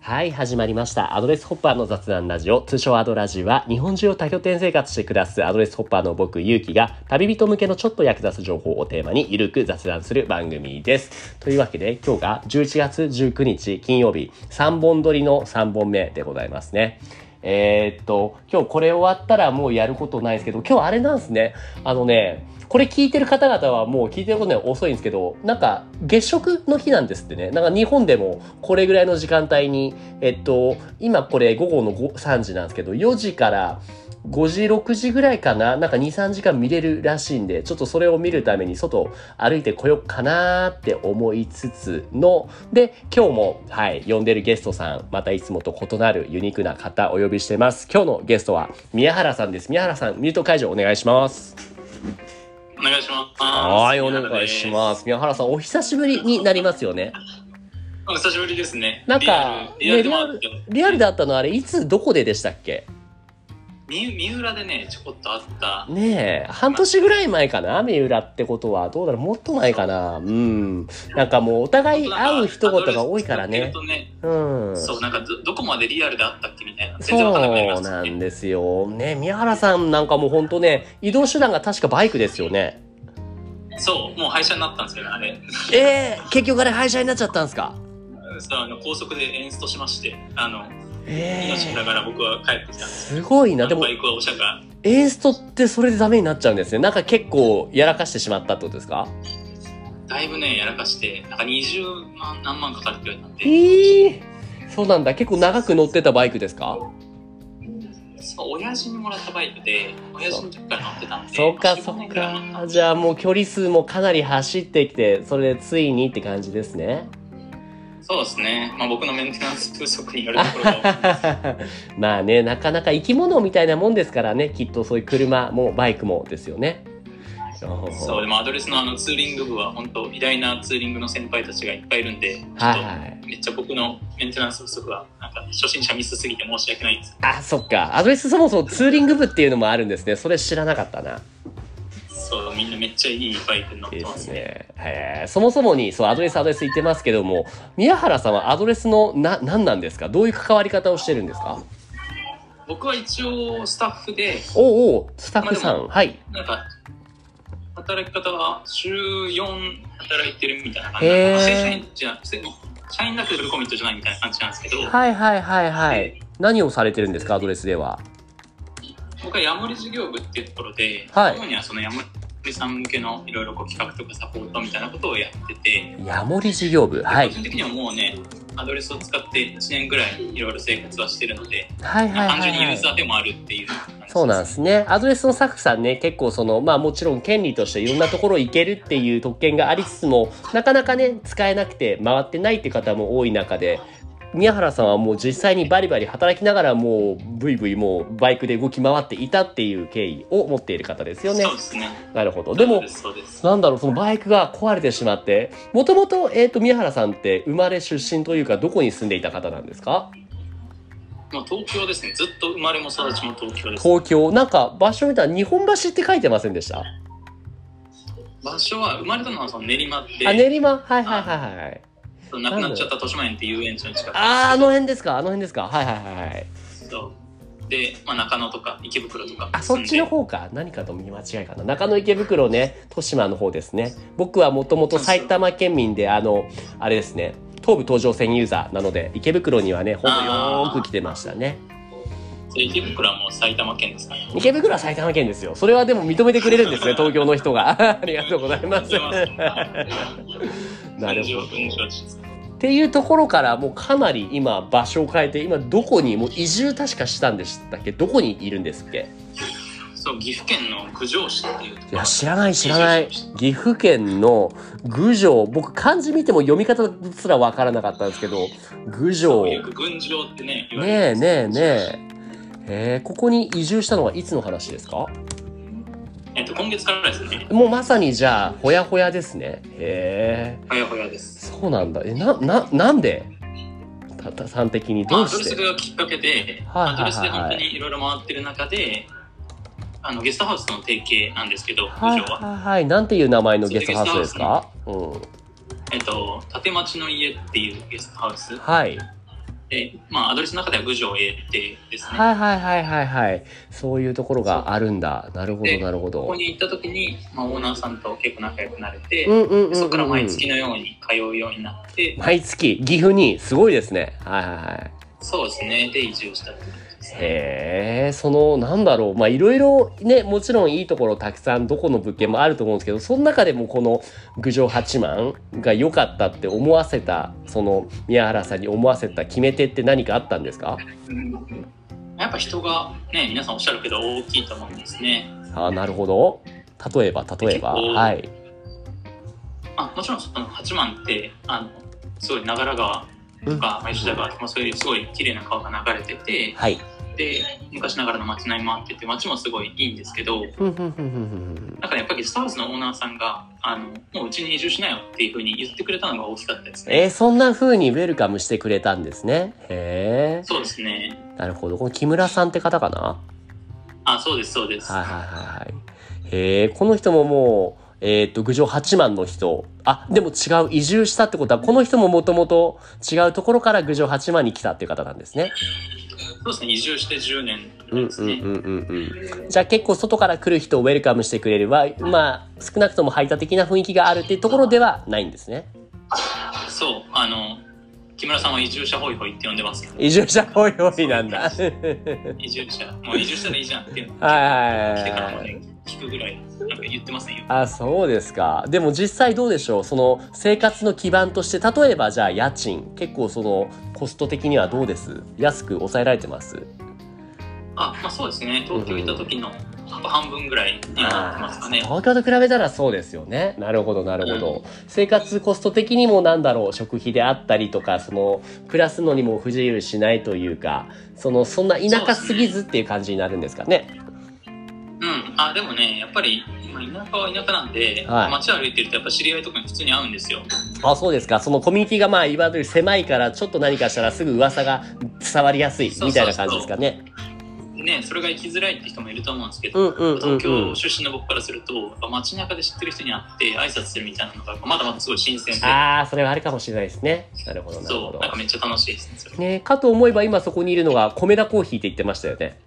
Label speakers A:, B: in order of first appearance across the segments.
A: はい、始まりました。アドレスホッパーの雑談ラジオ、通称アドラジは、日本中を多拠点生活して暮らすアドレスホッパーの僕、ゆうきが、旅人向けのちょっと役立つ情報をテーマに、ゆるく雑談する番組です。というわけで、今日が11月19日金曜日、3本撮りの3本目でございますね。えーっと、今日これ終わったらもうやることないんですけど、今日あれなんですね。あのね、これ聞いてる方々はもう聞いてることね遅いんですけど、なんか月食の日なんですってね。なんか日本でもこれぐらいの時間帯に、えっと、今これ午後の5 3時なんですけど、4時から5時、6時ぐらいかな、なんか2、3時間見れるらしいんで、ちょっとそれを見るために外歩いてこようかなーって思いつつの、で、今日も、はい、呼んでるゲストさん、またいつもと異なるユニークな方お呼びしてます。今日のゲストは宮原さんです。宮原さん、ミュート解除お願いします。
B: お願いします。
A: はい、お願いします。宮原さん、お久しぶりになりますよね。
B: す。お久しぶりですね。
A: なんか、
B: リア
A: ね
B: ルリアルでもあって
A: リアルだったのあれ、いつ、どこででしたっけ
B: み三浦でね、ちょこっとあった。
A: ねえ、半年ぐらい前かな三浦ってことは。どうだろうもっと前かなうん。なんかもう、お互い会う一言が多いからね。
B: そう
A: うん。
B: そう、なんかどどこまでリアルであったっけみたいな。全然わかんなくなりま
A: そう
B: した
A: な
B: ね
A: んですよ。ね宮原さんなんかもうほんとね、移動手段が確かバイクですよね。
B: そう、もう廃車になったんですよね、あれ。
A: ええ結局あれ廃車になっちゃったんですか
B: そう、あの、高速でエンストしまして、あの、
A: え
B: 命だ
A: え
B: から僕は帰ってきたんです。
A: すごいな。でも
B: バ、イクはお釈迦。
A: エンストってそれでダメになっちゃうんですね。なんか結構やらかしてしまったってことですか
B: だいぶね、やらかして、なんか20万、何万かかるって言われたんで、
A: ええそうなんだ。結構長く乗ってたバイクですか
B: そう、親父にもらったバイクで、親父の時から乗ってたんで、
A: そっか
B: 15
A: そっ
B: 年くらい乗ってた
A: か。じゃあもう距離数もかなり走ってきて、それでついにって感じですね。
B: そうですね、まあ、僕のメンテナンス不足によるところが
A: まあね、なかなか生き物みたいなもんですからね、きっとそういう車もバイクもですよね。
B: そうでもアドレスのあのツーリング部は本当偉大なツーリングの先輩たちがいっぱいいるんでちょっ
A: はいはい。
B: とめっちゃ僕のメンテナンス不足はなんか初心者ミスすぎて申し訳ないんです
A: あ、そっか。アドレスそもそもツーリング部っていうのもあるんですね。それ知らなかったな。
B: そうみんなめっちゃいいバイクに乗っ
A: いい
B: て
A: で
B: ますすね
A: ね。へえそもそもに、そう、アドレスアドレス言ってますけども、宮原さんはアドレスのな、何なんですかどういう関わり方をしてるんですか
B: 僕は一応スタッフで
A: おうおうスタッフさ
B: まあ
A: ん。はい。
B: なんか働き方は週4働いてるみたいな感じ
A: へー
B: 正社員じゃ正社員だけどフルコミットじゃないみたいな感じなんですけど、
A: はいはいはいは
B: え
A: い。何をされてるんですかアドレスでは。
B: 僕はヤモリ事業部っていうところで、
A: はい
B: 主にはそのヤモリさん向けのいろいろこう企画とかサポートみたいなことをやってて、
A: ヤモリ事業部。はい
B: 個。人的にはもうねアドレスを使って1年ぐらいいろいろ生活はしてるので、
A: はいはい
B: 単
A: はい、
B: 純にユ
A: は
B: ーザー
A: い。
B: でもあるっていう感じです
A: そうなんですね。アドレスのスタッフさんね、結構その、まあもちろん権利としていろんなところ行けるっていう特権がありつつも、なかなかね、使えなくて回ってないって方も多い中で、宮原さんはもう実際にバリバリ働きながらもう、ブイブイもうバイクで動き回っていたっていう経緯を持っている方ですよね
B: そう。ですね
A: なるほど。でも
B: そう、ですそうです
A: なんだろう、そのバイクが壊れてしまって、もともと、えっ、と、宮原さんって生まれ出身というか、どこに住んでいた方なんですか
B: もう東京ですねずっと生まれも育ちも東京です
A: 東京。なんか、場所見たら日本橋って書いてませんでした
B: 場所は生まれたのはその練馬って
A: あ、練馬はいはいはいはい。
B: その亡くなっちゃった豊島園っていう遊園地の近く
A: あー、あの辺ですかあの辺ですかはいはいはいはい。
B: そうで、まあ、中野とか池袋とか
A: あ、そ
B: 住
A: っ
B: んで
A: ちの方か。何かと見間違いかな。中野池袋ね、豊島の方ですね。僕はもともと埼玉県民で、あの、あれですね、東武東上線ユーザーなので、池袋にはね、ほんとよーく来てましたね。
B: そう池袋はもう埼玉県ですから、ね
A: 池袋は埼玉県ですよ。それはでも認めてくれるんですね、東京の人が。あ りがとうございます。 なるほど。っていうところから、もうかなり今、場所を変えて、今、どこに、もう移住確かしたんでしたっけどこにいるんですっけ
B: そう、岐阜県の九条市っていうとこ
A: い
B: ろ
A: や、。知らない、知らない。岐阜県の郡上、僕、漢字見ても読み方すらわからなかったんですけど、郡上。
B: そうよ
A: ね
B: く群青ってね、言われ
A: え
B: る
A: ねえねえ。えー、ここに移住したのはいつの話ですか
B: え。えっと、今月からですね、
A: もうまさにじゃあ、ほやほやですね。へえ。
B: ほやほやです。
A: そうなんだ。え、な、な、なんでた、たさん的に
B: ま
A: ど
B: あ、
A: う
B: アドレ
A: し
B: ス
A: て
B: がきっかけで、
A: はいはいはいはい
B: アドレスで本当にいろいろ回ってる中で、あのゲストハウスの提携なんですけど、九条
A: はい
B: は。
A: はいはい。なんていう名前のゲストハウスですかうん。
B: えっと、立町の家っていうゲストハウス
A: はい。
B: で、まあ、アドレスの中では郡上 A ってですね。
A: はいはいはいはいはい。そういうところがあるんだ。なるほど
B: で
A: なるほど。
B: ここに行った時に、まあ、オーナーさんと結構仲良くなれて、
A: うんうんうんうん、
B: そこから毎月のように通うようになって、
A: 毎月岐阜にすごいですね。はいはいはい。
B: そうですね。で、移住したって感じですね。
A: へえ、その、なんだろう、まあ、いろいろね、もちろんいいところたくさん、どこの物件もあると思うんですけど、その中でもこの、郡上八幡が良かったって思わせた、その、宮原さんに思わせた決め手って何かあったんですか
B: うんやっぱ人がね、皆さんおっしゃるけど大きいと思うんですね。
A: ああ、なるほど。例えば、例えば、
B: 結構
A: はい。
B: まあ、もちろんその八幡って、あの、すごい長良川とか、まあ吉田川とか、まあそういうすごい綺麗な川が流れてて、
A: はい。
B: で、昔ながらの街並みもあってて、街もすごいいいんですけど、
A: ふんふんふんふんふんふん
B: なんかねやっぱりゲストハウスのオーナーさんが、あの、もううちに移住しなよっていうふうに言ってくれたのが大きかったですね。
A: えー、そんな風にウェルカムしてくれたんですね。へ
B: そうですね。
A: え。なるほど。この木村さんって方かな
B: あ、そうです、そうです。
A: はいはいはいはい。へえ、この人ももう、えーっと、郡上八幡の人。あ、でも違う、移住したってことは、この人ももともと違うところから郡上八幡に来たっていう方なんですね。
B: そうですね、移住して10年
A: うんうん
B: ですね。
A: うんうんうん。じゃあ結構外から来る人をウェルカムしてくれれば、まあ、少なくとも排他的な雰囲気があるっていうところではないんですね。
B: そう、あの、木村さんは移住者ホイホイって呼んでますけど、
A: 移住者多い多いなんだ。はい
B: 移住者、もう移住したらいいじゃんっていうの
A: はい
B: 来
A: は
B: て
A: い
B: からも
A: はい。
B: ね聞くぐらい、なんか言ってますね、よく
A: あ、そうですか。でも実際どうでしょうその生活の基盤として、例えばじゃあ家賃、結構そのコスト的にはどうです安く抑えられてます
B: あ、まあそうですね、東京行った時の半分ぐらいにはなってますかね。
A: 東京と比べたらそうですよね。なるほど、なるほど。生活コスト的にもなんだろう、食費であったりとか、その、暮らすのにも不自由しないというか、その、そんな田舎すぎずっていう感じになるんですかね。
B: うん、あ、でもね、やっぱり、まあ田舎は田舎なんで、
A: はい
B: 街歩いてるとやっぱ知り合いとかに普通に会うんですよ。
A: あ、そうですか。そのコミュニティがまあ、いわゆる狭いから、ちょっと何かしたらすぐ噂が伝わりやすい、みたいな感じですかね。
B: ね、それが行きづらいって人もいると思うんですけ
A: う
B: ど、
A: んうんうん
B: 東
A: うん
B: 京。出身の僕からすると、やっぱ街中で知ってる人に会って挨拶するみたいなのが、まだまだすごい新鮮で、
A: ああ、それはあるかもしれないですね。なるほど、なるほ
B: そう、なん
A: ど。
B: かめっちゃ楽しいですね、それ。
A: ね、かと思えば今そこにいるのが米田コーヒーって言ってましたよね。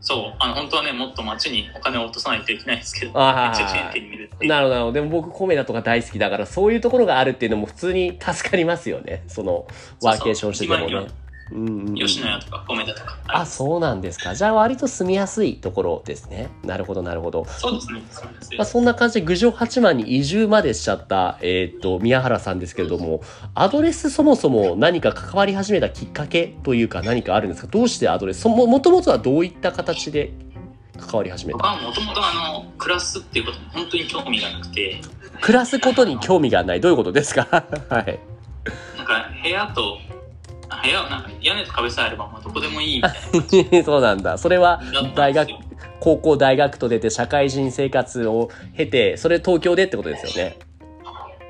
B: そう、あの、本当はね、もっと街にお金を落とさないといけないんですけど、めっち
A: あー
B: ゃチェーン店に見るっていう。
A: なるほどなるほど。でも僕米田とか大好きだから、そういうところがあるっていうのも普通に助かりますよね。そのワーケーションしてても
B: そうそう
A: ね。うんうんうん
B: 吉野家とか米田とか。
A: あ、そうなんですか。じゃあ割と住みやすいところですね。なるほど、なるほど。
B: そうですね、そうですね
A: まあ、そんな感じで、郡上八幡に移住までしちゃった、えーっと、宮原さんですけれども、アドレスそもそも何か関わり始めたきっかけというか何かあるんですかどうしてアドレスそも、もともとはどういった形で関わり始め
B: 僕
A: た
B: はもともとあの、暮らすっていうことに本当に興味がなくて、
A: 暮らすことに興味がない。どういうことです かはい。
B: なんか部屋と、あ部屋はなんか屋根と壁さえあればもうどこでもいいみたい
A: そうなんだ。それは
B: なだった ん
A: 大
B: で
A: 学
B: すよ。、
A: 高校大学と出て社会人生活を経て、それ東京でってことですよね。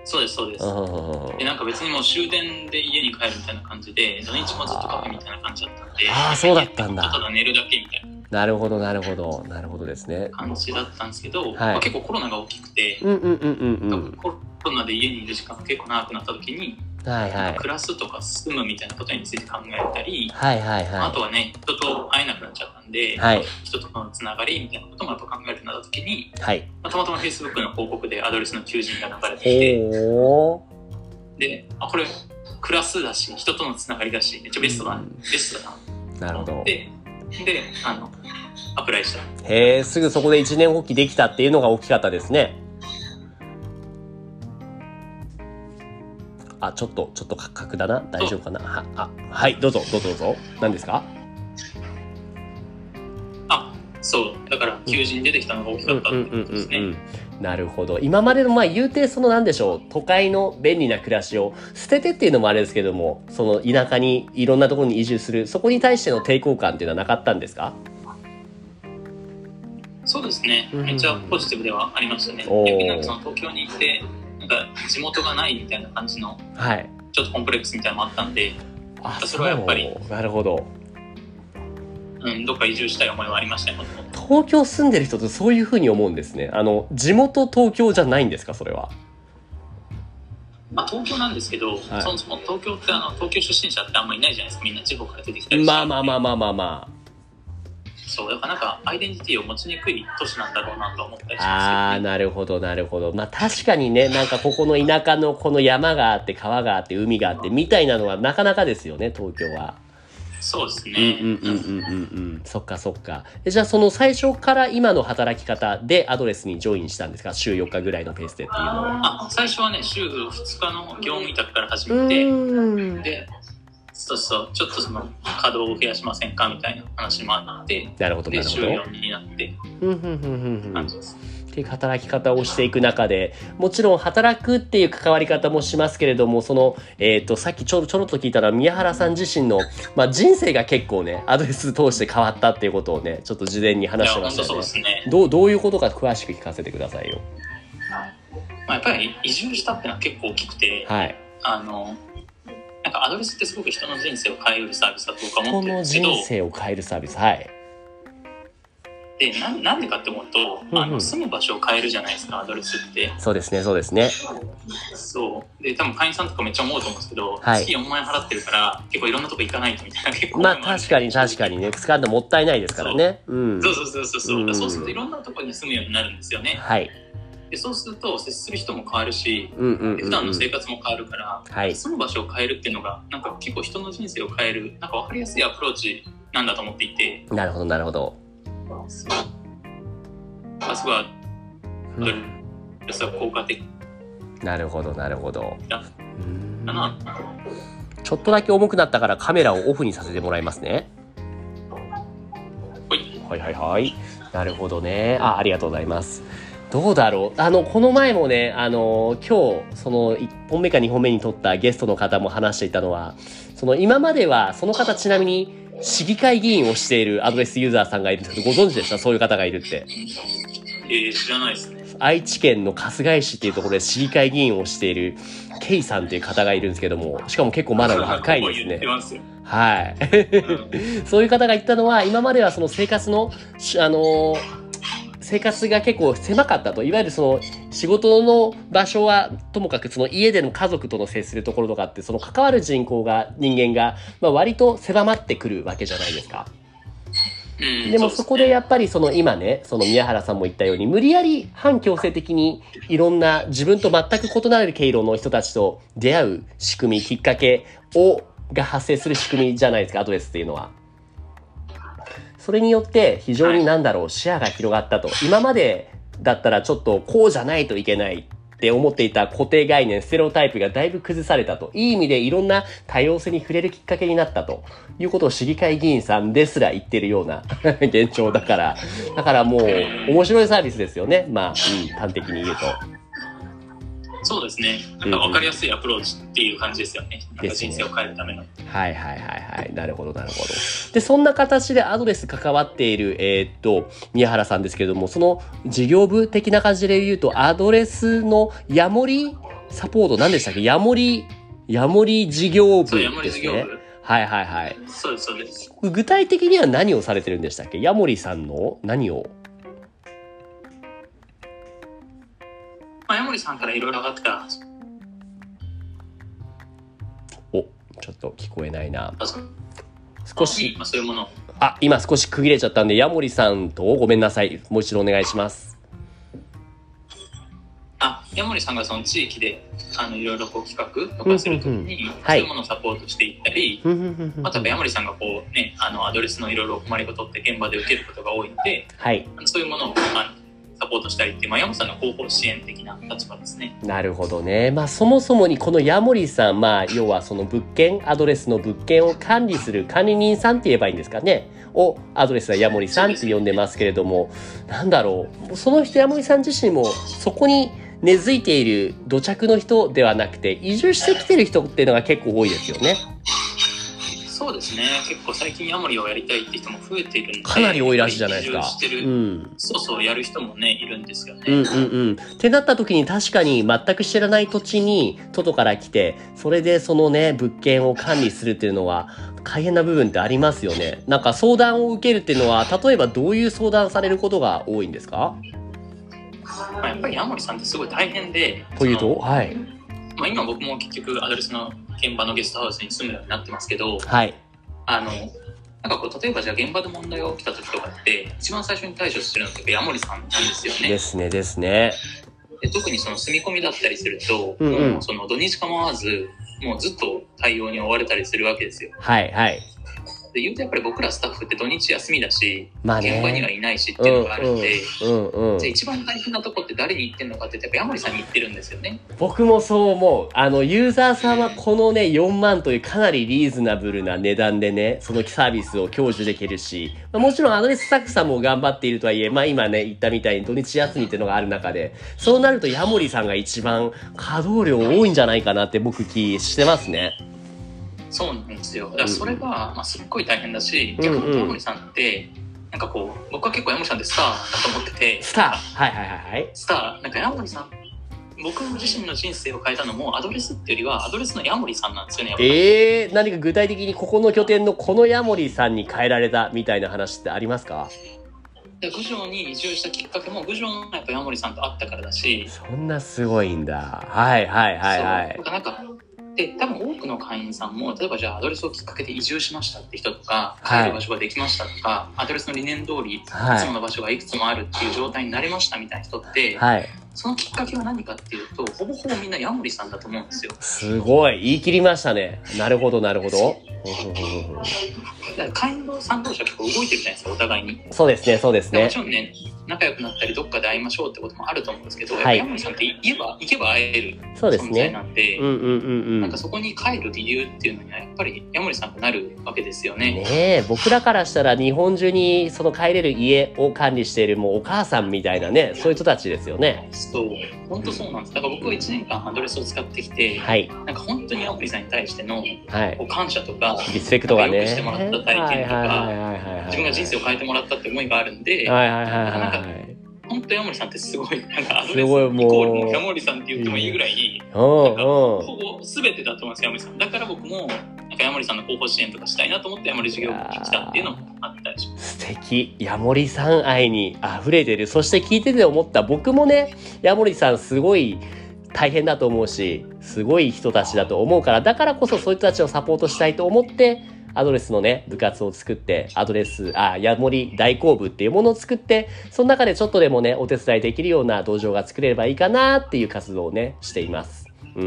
B: そうです、そうです
A: う。ん
B: で、なんか別にもう終電で家に帰るみたいな感じで、土日もずっとカフェみたいな感じだったんで、
A: あーそうだったんだ
B: ただ寝るだけみたいな
A: なるほど、なるほど。なるほどですね。
B: 感じだったんですけど、
A: い
B: まあ結構コロナが大きくて、
A: うんうんうんうん
B: コロナで家にいる時間が結構長くなった時に、
A: うん。はいはい。
B: 暮らすとか住むみたいなことについて考えたり、
A: はいはいはい。
B: あとはね人と会えなくなっちゃったんで、
A: はい。
B: 人とのつながりみたいなこともやっぱ考えるようになった時に、
A: はい。
B: まあたまたま Facebook の広告でアドレスの求人が流れてきて
A: ほ
B: であこれ暮らすだし人とのつながりだしめっちゃベストだ、
A: うん
B: ベストだな
A: う。なるほ
B: と思
A: ど
B: っ。てであのアプライした
A: へえ、すぐそこで一年発起できたっていうのが大きかったですね。あ、ちょっと、ちょっとカクカクだな。大丈夫かな。はあ、はい、どうぞ、どうぞ、どうぞ。何ですか。
B: あそうだから求人出てきたのが大きかったってことですね、
A: なるほど今までのまあ言うてそのなんでしょう都会の便利な暮らしを捨ててっていうのもあれですけどもその田舎にいろんなところに移住するそこに対しての抵抗感っていうのはなかったんですか
B: そうですね、
A: うん
B: めっちゃポジティブではありましたね。
A: おー
B: 逆になんかその東京に行って、なんか地元がないみたいな感じの、
A: はい
B: ちょっとコンプレックスみたいなのもあったんで、
A: あ
B: それはやっぱり
A: そうなるほど
B: うん、どっか移住したい思いはありましたね、もともと
A: 東京住んでる人ってそういうふうに思うんですねあの地元東京じゃないんですかそれは
B: まあ、東京なんですけど、
A: はい
B: そもそも東京ってあの東京出身者ってあんまりいないじゃないですかみんな地方から出てきたりして
A: まあまあまあまあまあま
B: そうだからなんかアイデンティティを持ちにくい都市なんだろうなと思ったりし
A: あ。あ
B: ま
A: あー、なるほど、なるほど。まあ確かにね、なんかここの田舎のこの山があって、川があって、海があって、みたいなのはなかなかですよね、東京は。
B: すよねそうです
A: う
B: ね、
A: んうんうんうんうんうん。そっかそっか。えじゃあその最初から今の働き方でアドレスにジョインしたんですか週4日ぐらいのペースでっていうのは。
B: あ最初はね週2日の業務委託から始
A: う
B: めて、
A: ーん。
B: でそうそうちょっとその稼働を増やしませんかみたいな話もあって
A: なるほど、な
B: で
A: るほ
B: 週
A: ど。
B: 4になって
A: うんうんうんうんうん。
B: 感
A: っ
B: じです、
A: ていう働き方をしていく中で、もちろん働くっていう関わり方もしますけれども、その、えっ、と、さっきちょろちょろっと聞いたら、宮原さん自身の、まあ人生が結構ね、アドレス通して変わったっていうことをね、ちょっと事前に
B: い
A: 話
B: や
A: してま
B: 本
A: し
B: 当
A: た
B: そう
A: よ
B: で
A: ね。
B: すね、
A: どう、どういうことか詳しく聞かせてくださいよ。
B: まあ、やっぱり移住したってのは結構大きくて
A: はい。
B: あのなんかアドレスってすごく人の人生を変えうるサービスだと僕は思
A: こ
B: ってるん
A: の
B: ですけ
A: 人
B: ど
A: 生を変えるサービス。はい。
B: でなんなんでかって思うと、
A: うんうん
B: あの住む場所を変えるじゃないですかアドレスって
A: そうですね、そうですね。
B: そうで多分会員さんとかめっちゃ思うと思うんですけど、
A: はい
B: 月4万円払ってるから結構いろんなとこ行かないとみたいな結構
A: まあ確かに確かにね、使うのもったいないですからね。うん。
B: そうそうそうそうそう、
A: うん
B: そうするといろんなところに住むようになるんですよね
A: はい。
B: でそうすると接する人も変わるし
A: うんうんうん、
B: で
A: う
B: 普
A: ん。
B: 段の生活も変わるから、
A: はい。
B: 住む場所を変えるっていうのがなんか結構人の人生を変えるなんか分かりやすいアプローチなんだと思っていて
A: なるほど、なるほど。
B: そうあすごい
A: う
B: どれ
A: ん
B: それは効果的
A: なるほど、なるほど。うん
B: だな
A: ちょっとだけ重くなったからカメラをオフにさせてもらいますね。
B: ほい
A: はいはいはい。なるほどね。あ、ありがとうございます。どうだろうあの、この前もね、あの、今日、その、1本目か2本目に撮ったゲストの方も話していたのは、その、今までは、その方ちなみに、市議会議員をしているアドレスユーザーさんがいるんですけど、ご存知でしたそういう方がいるって。
B: えー、知らないですね
A: 愛知県の春日井市っていうところで市議会議員をしている、ケイさんっていう方がいるんですけども、しかも結構まだ若い です
B: ほぼ言っ
A: ね
B: て。ますよ、
A: はい。
B: うん
A: そういう方が言ったのは、今まではその生活の、しあのー生活が結構狭かったと。いわゆるその仕事の場所はともかくその家での家族との接するところとかって、その関わる人口が、人間が、まあ割と狭まってくるわけじゃないですか。
B: う ん
A: でもそこで
B: や
A: やっぱりその今ね、その宮原さんも言ったように、無理やり反強制的にいろんな自分と全く異なる経路の人たちと出会う仕組み、きっかけを、が発生する仕組みじゃないですか、アドレスっていうのは。それによって非常に何だろう、視野が広がったと。今までだったらちょっとこうじゃないといけないって思っていた固定概念、ステレオタイプがだいぶ崩されたと。いい意味でいろんな多様性に触れるきっかけになったということを市議会議員さんですら言ってるような 現状だから。だからもう面白いサービスですよね。まあ、うん、端的に言うと。
B: そうですねなんか分かりやすいアプローチっていう感じですよね、なんか人生を変えるための
A: はいはいはいはい。なるほどなるほど。で、そんな形でアドレス関わっている、えーっと、宮原さんですけれども、その事業部的な感じで言うと、アドレスのヤモリサポート、何でしたっけヤモリ、ヤモリ事業部
B: そう山
A: で
B: 根
A: す
B: 事業
A: ね。
B: 部
A: はいはいはい。
B: そうですそうです
A: 具体的には何をされてるんでしたっけヤモリさんの何を
B: まあ、山森さんからいろいろ上がった
A: お、ちょっと聞こえないな。
B: あその
A: 少し、
B: まあ、そういうものを
A: あ、今少し区切れちゃったんで、ヤモリさんとごめんなさい。もう一度お願いします。
B: あ山森さんがその地域であのいろいろこう企画とかするときに、
A: は
B: そ
A: いう
B: いうものをサポートしていったり、また山森さんがこうねあのアドレスのいろいろ困りごとって現場で受けることが多いんで
A: はい。
B: あのそういうものをあのサポートしたりっていう、まあ、山森さんの広報支援的な立場ですね
A: なるほどね。まあそもそもにこのヤモリさん、まあ要はその物件、アドレスの物件を管理する管理人さんって言えばいいんですかね。をアドレスはヤモリさんって呼んでますけれども、なんだろう。その人ヤモリさん自身もそこに根付いている土着の人ではなくて、移住してきてる人っていうのが結構多いですよね。
B: そうですね結構最近山森をやりたいって人も増えているんで
A: かなり多いらしいじゃないです
B: 移
A: か
B: 住して。
A: う
B: る、
A: ん。
B: そうそうやる人もねいるんですよね、
A: うんうんうん。ってなった時に確かに全く知らない土地に外から来て、それでそのね、物件を管理するっていうのは大変な部分ってありますよね。なんか相談を受けるっていうのは、例えばどういう相談されることが多いんですか
B: まあ、やっぱり山森さんってすごい大変で
A: という
B: その
A: とはい。
B: ままあ、今僕も結局アドレスの現場のゲストハウスに住むようになってますけど
A: はい。
B: あのなんかこう例えばじゃあ現場で問題が起きた時とかって一番最初に対処するのってヤモリさんなんですよ
A: で
B: ね。
A: すね、ですね。
B: で特にその住み込みだったりすると、
A: うんうん
B: もうその土日構わずもうずっと対応に追われたりするわけですよ。
A: はい、はい。
B: で言うとやっぱり僕らスタッフって土日休みだし
A: まあね。
B: 現場にはいないしっていうのがあるんで。
A: うんうん
B: じゃあ一番大変なとこって誰に言ってんのかって言ってやっぱヤモリさんに言ってるんですよね。
A: 僕もそう思うあのユーザーさんはこのね4万というかなりリーズナブルな値段でねそのサービスを享受できるし、まあ、もちろんアドレススタッフさんも頑張っているとはいえまあ今ね言ったみたいに土日休みっていうのがある中でそうなるとヤモリさんが一番稼働量多いんじゃないかなって僕気してますね
B: そうなんですよ。だからそれが、まあ、すっごい大変だし、
A: うんうん
B: 逆にヤモリさんって、なんかこう、僕は結構ヤモリさんってスターだと思ってて、
A: スターはいはいはいはい
B: スター、なんかヤモリさん、僕自身の人生を変えたのも、アドレスっていうよりは、アドレスのヤモリさんなんですよね、やっぱり。
A: えー、何か具体的にここの拠点のこのヤモリさんに変えられたみたいな話ってありますか
B: で郡上に移住したきっかけも、郡上のやっぱヤモリさんと会ったからだし、
A: そんなすごいんだはいはいはいは
B: そ
A: いう
B: なんか、で、多分多くの会員さんも、例えばじゃあアドレスをきっかけで移住しましたって人とか、
A: はい
B: 帰る場所ができましたとか、アドレスの理念通り、い
A: はい
B: つもの場所がいくつもあるっていう状態になりましたみたいな人って、
A: はい
B: そのきっかけは何かっていうと、ほぼほぼみんなヤモリさんだと思うんですよ。
A: すごい言い切りましたねなるほどなるほど
B: だから会員の賛同者結構動いてるじゃないですか、お互いに。
A: そうですねそうです
B: でも
A: ね
B: ちろんね、仲良くなったり、どっかで会いましょうってこともあると思うんですけど、やっ
A: は
B: ぱ
A: い
B: ヤモリさんって言えば、行けば会える
A: そうです
B: 存在
A: ね
B: なんで、
A: うんうんうんう
B: なん
A: ん
B: か
A: ね
B: そこに帰る理由っていうのには、やっぱりヤモリさんがなるわけですよね。
A: え僕らからしたら日本中にその帰れる家を管理しているもうお母さんみたいなねそういう人たちですよね
B: そう、本当そうなんです。だから僕は1年間アドレスを使ってきて、
A: はい
B: なんか本当にヤモリさんに対しての
A: はい
B: こう感謝とか、
A: リスペクトがね
B: 仲良くしてもらった体験とか
A: はいはいはいはいはい
B: 自分が人生を変えてもらったって思いがあるんで、
A: はいはいはいはい
B: 本当ヤモリさんってすごいなんかアド
A: す
B: レスイ
A: ごいもう
B: コールもうヤモリさんって言ってもいいぐらい
A: うんうん
B: ほぼ全てだと思いますヤモリさんだから僕もなんかヤモリさんの後方支援とかしたいなと思ってヤモリ事業部に来たっていうのもあったりしま
A: 素敵ヤモリさん愛に溢れてるそして聞いてて思った僕もねヤモリさんすごい大変だと思うしすごい人たちだと思うからだからこそそういう人たちをサポートしたいと思ってアドレスのね部活を作ってアドレスあヤモリ大工部っていうものを作ってその中でちょっとでもねお手伝いできるような道場が作れればいいかなっていう活動をねしています。うんうん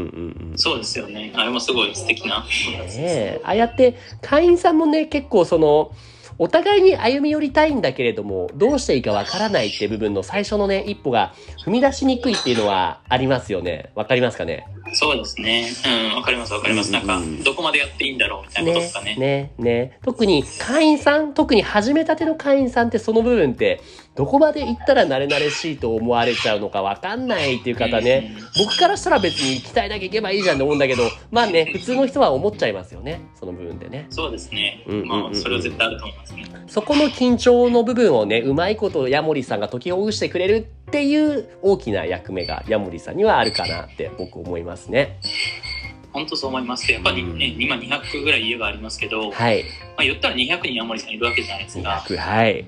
A: うん
B: すそうですよねあれもすごい素敵な
A: ねえああやって会員さんもね結構そのお互いに歩み寄りたいんだけれどもどうしていいかわからないって部分の最初のね一歩が踏み出しにくいっていうのはありますよねわかりますかね
B: そうですねうんわかりますわかりますなんか
A: うん
B: どこまでやっていいんだろうみたいなこととかね
A: ねね特に会員さん特に始めたての会員さんってその部分ってどこまで行ったら慣れ慣れしいと思われちゃうのかわかんないっていう方ね
B: うん
A: 僕からしたら別に行きたいだけ行けばいいじゃんって思うんだけどまあね普通の人は思っちゃいますよねその部分でね。
B: そうですね、
A: うんうんうんうん
B: まあそれは絶対あると思いますね
A: そこの緊張の部分をねうまいことヤモリさんが解きほぐしてくれるっていう大きな役目がヤモリさんにはあるかなって僕思いますね。
B: 本当そう思いますやっぱりね、
A: うん
B: 今200ぐらい家がありますけど、ま
A: はい
B: あ、言ったら200人ヤモリさんいるわけじゃないですか
A: 200はい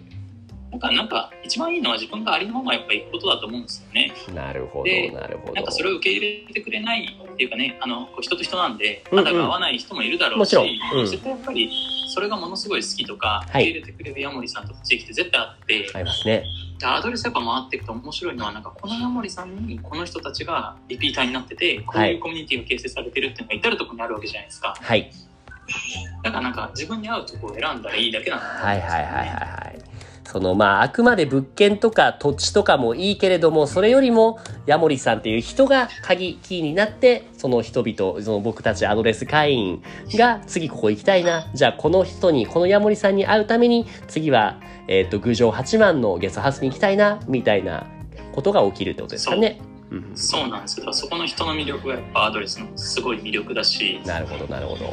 B: なんか、なんか、一番いいのは自分がありのままやっぱ行くことだと思うんですよね。
A: なるほ
B: で
A: どなるほ
B: なんか、それ
A: ど。
B: を受け入れてくれないっていうかね、あの、こう人と人なんで、
A: うんうん
B: 肌が合わない人もいるだろ
A: も
B: う
A: ち
B: し、
A: ろんうん
B: 絶対やっぱり、それがものすごい好きとか、
A: はい
B: 受け入れてくれるヤモリさんとか地域って絶対あって、
A: ありますね。
B: でアドレスやっぱ回っていくと面白いのは、なんか、このヤモリさんに、この人たちがリピーターになってて、こう
A: はいいう
B: コミュニティが形成されてるっていうのが至るところにあるわけじゃないですか。
A: はい
B: だから、なんか、自分に合うところを選んだらいいだけなんだと思
A: は
B: うん
A: い
B: ですよね
A: はいはいはいはい。そのまああくまで物件とか土地とかもいいけれどもそれよりもヤモリさんっていう人が鍵キーになってその人々その僕たちアドレス会員が次ここ行きたいなじゃあこの人にこのヤモリさんに会うために次は、えっと郡上八幡のゲストハウスに行きたいなみたいなことが起きるってことですかね。うん
B: そうなんですよ。だからそこの人の魅力がやっぱアドレスのすごい魅力だし、
A: なるほどなるほど。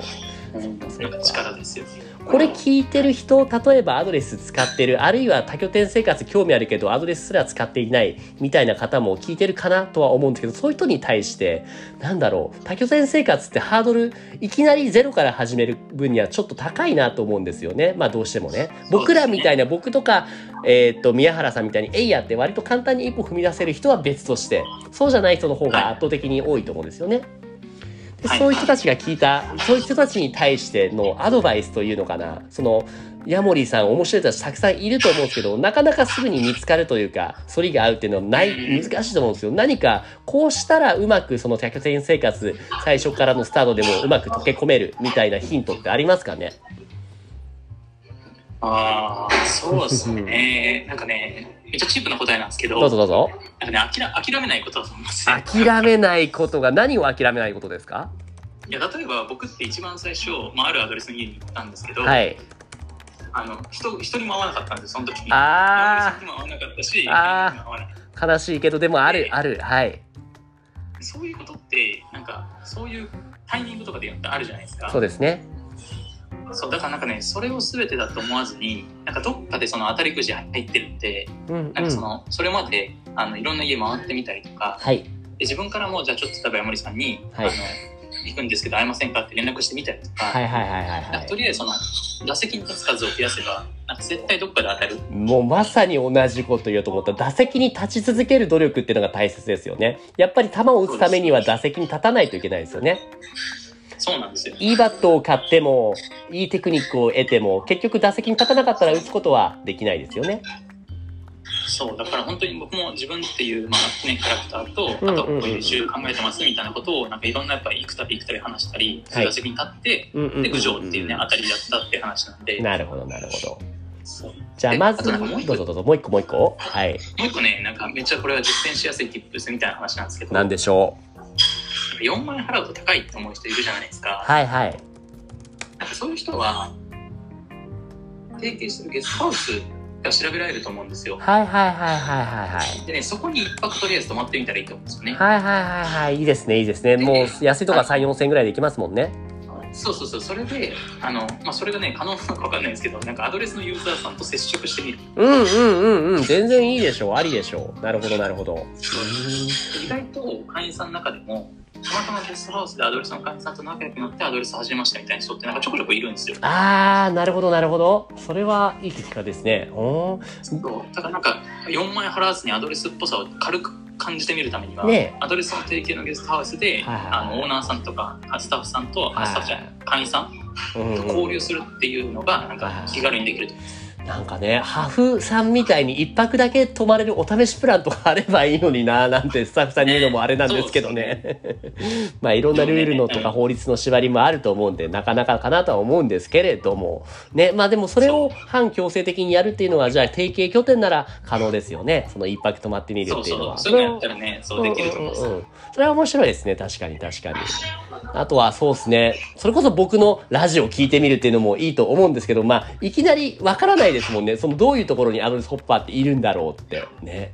B: なんか力ですよね。
A: これ聞いてる人例えばアドレス使ってるあるいは多拠点生活興味あるけどアドレスすら使っていないみたいな方も聞いてるかなとは思うんですけどそういう人に対してなんだろう多拠点生活ってハードルいきなりゼロから始める分にはちょっと高いなと思うんですよねまあどうしてもね僕らみたいな僕とか、えーっと宮原さんみたいに「えいや」って割と簡単に一歩踏み出せる人は別としてそうじゃない人の方が圧倒的に多いと思うんですよね。で
B: はい
A: そういう人たちが聞いたそういう人たちに対してのアドバイスというのかなそのヤモリーさん面白い人たちたくさんいると思うんですけどなかなかすぐに見つかるというか反りが合うっていうのはない難しいと思うんですよ何かこうしたらうまくその客船生活最初からのスタートでもうまく溶け込めるみたいなヒントってありますかね
B: ああ、そうですね。 なんかね、めっちゃチープな答えなんですけど、
A: どうぞどうぞ
B: なんかね、諦諦めないことだと思いますね。
A: 諦めないことが何を諦めないことですか
B: いや例えば僕って一番最初、まあ、あるアドレスの家に行ったんですけど、
A: はい
B: あの人人にも会わなかったんでその時に
A: あ
B: にも会わなかったし
A: あー
B: 家にも会わなかっ
A: ー悲しいけどでもあるあるはい
B: たそういうことってなんかそういうタイミングとかでやったあるじゃないですか
A: そうですね
B: そうだからなんかねそれを全てだと思わずになんかどっかでその当たりくじ入ってるんで
A: うんう
B: なんかそ
A: ん
B: の、それまであのいろんな家回ってみたりとか
A: はい
B: で自分からもじゃあちょっと例えば山森さんに、
A: はい
B: あの行くんですけど会えませんかって連絡してみたりとか、
A: はいはいはいはいは
B: なん
A: い
B: かとりあえずその打席に立つ数を増やせばなんか絶対どっかで当たる
A: もうまさに同じこと言おうと思った。打席に立ち続ける努力っていうのが大切ですよね。やっぱり球を打つためには打席に立たないといけないですよね。
B: そうなんですよ
A: いいバットを買っても、いいテクニックを得ても、結局打席に立たなかったら打つことはできないですよね。
B: そうだから本当に僕も自分っていう、まあね、キャラクターと
A: うんうんうん
B: あとこういう週考えてますみたいなことをなんかいろんなやっぱ行くたび行くたび話したり
A: はい
B: 打席に立って、
A: うんうん
B: で郡上っていうね当たりだったっていう話なんで
A: なるほど、なるほど。
B: そうも
A: じゃあまず、
B: えあとも
A: ど
B: う
A: う
B: 一個
A: ぞどうぞ、もう一個もう一個。はい。
B: う一個ねなんかめっちゃこれは実践しやすい tips みたいな話なんですけど
A: なんでしょう。
B: 4万円払うと高いって思う人いるじゃないですか
A: はいはい。
B: なんかそういう人は提携するゲストハウスが調べられると思うんですよ
A: はいはいはいはいはいはい。
B: でねそこに一泊とりあえず泊まってみたらいいと思うんですよね
A: はいはいはいはい。いいですね、いいですね。もう安いとこは3、4千円ぐらいでいきますもんね。
B: そうそうそうそれであの、まあ、それがね可能なのか分かんないですけどなんかアドレスのユーザーさんと接触してみる
A: うんうんうんうん。全然いいでしょう。ありでしょう。なるほど、なるほど。
B: 意外と会員さんの中でもたまたまゲストハウスでアドレスの会員さんと仲良くなってアドレス始めましたみたいな人ってなんかちょこちょこいるんですよ
A: あー、なるほど、なるほど。それはいい結果ですね。おー
B: そうだからなんか4万円払わずにアドレスっぽさを軽く感じてみるためには、
A: ね
B: アドレスの提携のゲストハウスで、
A: はいはい
B: あのオーナーさんとかあスタッフさんと、あスタッフじゃない会員さん
A: うん
B: と交流するっていうのがなんか気軽にできると
A: なんかね、ハフさんみたいに一泊だけ泊まれるお試しプランとかあればいいのにななんてスタッフさんに言うのもあれなんですけどね。 まあいろんなルールのとか法律の縛りもあると思うんで、なかなかかなとは思うんですけれども。ね、まあでもそれを反強制的にやるっていうのは、じゃあ提携拠点なら可能ですよね。その一泊泊まってみる
B: そ
A: っ
B: う
A: ていうの
B: そ
A: は。
B: うそういうのやったらねそうできると思うんですよ
A: んんんんそれは面白いですね確かに確かにあとはそうですねそれこそ僕のラジオ聞いてみるっていうのもいいと思うんですけどまあいきなりわからないですもんねそのどういうところにアドレスホッパーっているんだろうってね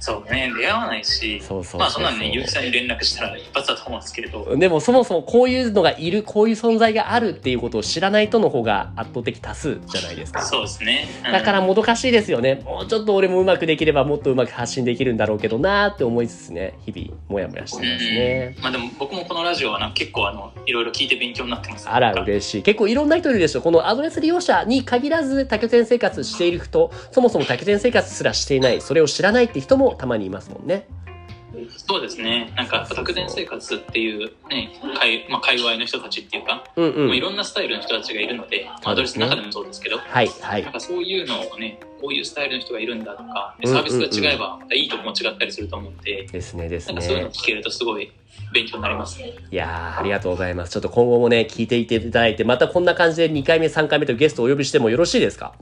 B: そうね出会わないし
A: そうそうそうそう
B: まあそんなんね結城さんに連絡したら一発だと思うんですけれど
A: でもそもそもこういうのがいるこういう存在があるっていうことを知らないとの方が圧倒的多数じゃないですか
B: そうですね、うん
A: だからもどかしいですよねもうちょっと俺もうまくできればもっとうまく発信できるんだろうけどなーって思いつつね日々モヤモヤしてますね、
B: まあでも僕もこのラジオはな結構あのいろいろ聞いて勉強になってます
A: あら
B: なんか
A: 嬉しい。結構いろんな人いるでしょ。このアドレス利用者に限らず多拠点生活している人、そもそも多拠点生活すらしていない、それを知らないって人もたまにいますもんね。
B: そうですねなんか
A: そうそうそう
B: 宅前生活っていうね界,、まあ、界隈の人たちっていうか、
A: うんう
B: もうい
A: ん。
B: ろんなスタイルの人たちがいるので、まあ
A: そう
B: アド
A: で
B: レ
A: す
B: ス
A: ね
B: の中でもそうですけど、
A: はいは
B: なん
A: い。
B: かそういうのをねこういうスタイルの人がいるんだとかで
A: うんうん
B: サ
A: う
B: ー
A: ん
B: ビスが違えばまたいいとこも違ったりすると思って、
A: ですねです
B: なんかそういうの
A: ね
B: を。聞けるとすごい勉強になりますね
A: いやーありがとうございます。ちょっと今後もね、聞いていていただいて、またこんな感じで2回目、3回目とゲストをお呼びしてもよろしいですか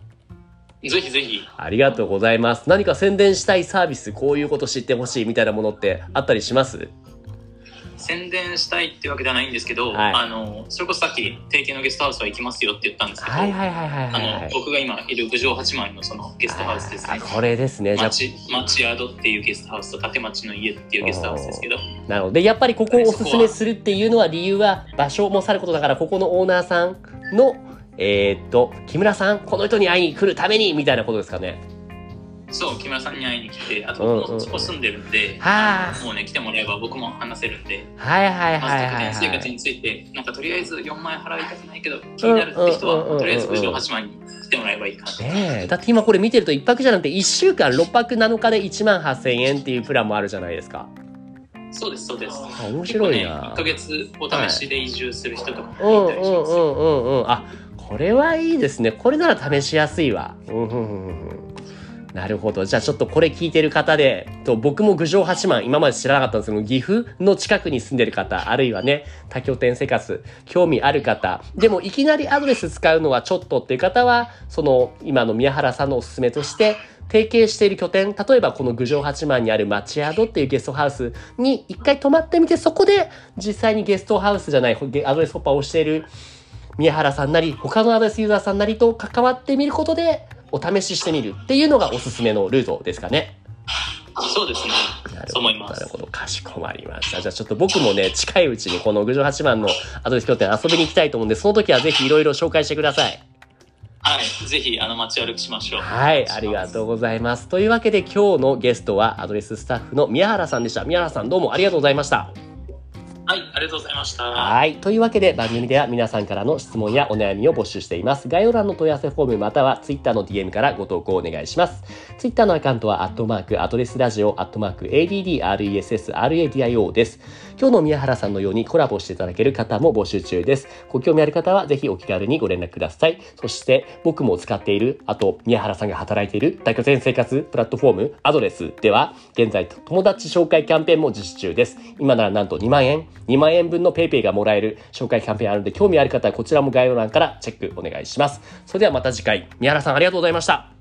B: ぜひぜひ
A: ありがとうございます。何か宣伝したいサービス、こういうこと知ってほしいみたいなものってあったりします
B: 宣伝したいってわけではないんですけど、
A: はい
B: あのそれこそさっき提携のゲストハウスは行きますよって言ったんですけど、
A: はいはいはいはいはい
B: あ
A: は
B: の
A: い。
B: 僕が今いる郡上八幡のそのゲストハウスです
A: あ
B: ね
A: これですね。じゃあ
B: 町町宿っていうゲストハウスと立町の家っていうゲストハウスですけど
A: なのでやっぱりここをおすすめするっていうのは理由は場所もさることだからここのオーナーさんのえーっと木村さんこの人に会いに来るためにみたいなことですかね
B: そう木村さんに会いに来てあと
A: うんうん
B: 僕もそこ住んでるんで、
A: はあ
B: もうね来てもらえば僕も話せるんで、
A: はいはい
B: まず
A: はい
B: 特
A: はい
B: 典生
A: は
B: 活
A: い
B: について、なんかとりあえず4万円払いたくないけど気になるって人
A: うんうんうんうんうん
B: はとりあえず郡上八幡に来てもらえばいいかなと
A: ねえだって今これ見てると1泊じゃなくて1週間6泊7日で1万8000円っていうプランもあるじゃないですか
B: そうですそうです
A: あ面白い
B: 結構ね
A: な
B: 1ヶ月お試しで移住する人とか
A: う
B: も
A: ん
B: いうたりし
A: ん
B: ま
A: う
B: すよ
A: んうんうんあこれはいいですねこれなら試しやすいわうんうんうんうんなるほどじゃあちょっとこれ聞いてる方でと僕も郡上八幡今まで知らなかったんですけど岐阜の近くに住んでる方あるいはね多拠点生活興味ある方でもいきなりアドレス使うのはちょっとっていう方はその今の宮原さんのおすすめとして提携している拠点例えばこの郡上八幡にある町宿っていうゲストハウスに一回泊まってみてそこで実際にゲストハウスじゃないほゲアドレスホッパーをしている宮原さんなり他のアドレスユーザーさんなりと関わってみることでお試ししてみるっていうのがおすすめのルートですかね。
B: そうですね
A: なる
B: そう
A: ほ
B: 思
A: ど
B: います
A: なるほどかしこまりましたじゃあちょっと僕もね近いうちにこの郡上八幡のアドレス拠点遊びに行きたいと思うんでその時はぜひいろいろ紹介してください。
B: はいぜひあの街歩きしましょう
A: はい、ありがとうございます。というわけで今日のゲストはアドレススタッフの宮原さんでした。宮原さんどうもありがとうございました。
B: はいありがとうございました
A: はい、というわけで番組では皆さんからの質問やお悩みを募集しています。概要欄の問い合わせフォームまたは Twitter の DM からご投稿お願いします。Twitter のアカウントはアットマークアドレスラジオアットマーク ADDRESSRADIO です。今日の宮原さんのようにコラボしていただける方も募集中です。ご興味ある方はぜひお気軽にご連絡ください。そして僕も使っている、あと宮原さんが働いている大拠点生活プラットフォームアドレスでは現在友達紹介キャンペーンも実施中です。今ならなんと2万円、2万円分の PayPay がもらえる紹介キャンペーンあるので興味ある方はこちらも概要欄からチェックお願いします。それではまた次回、宮原さんありがとうございました。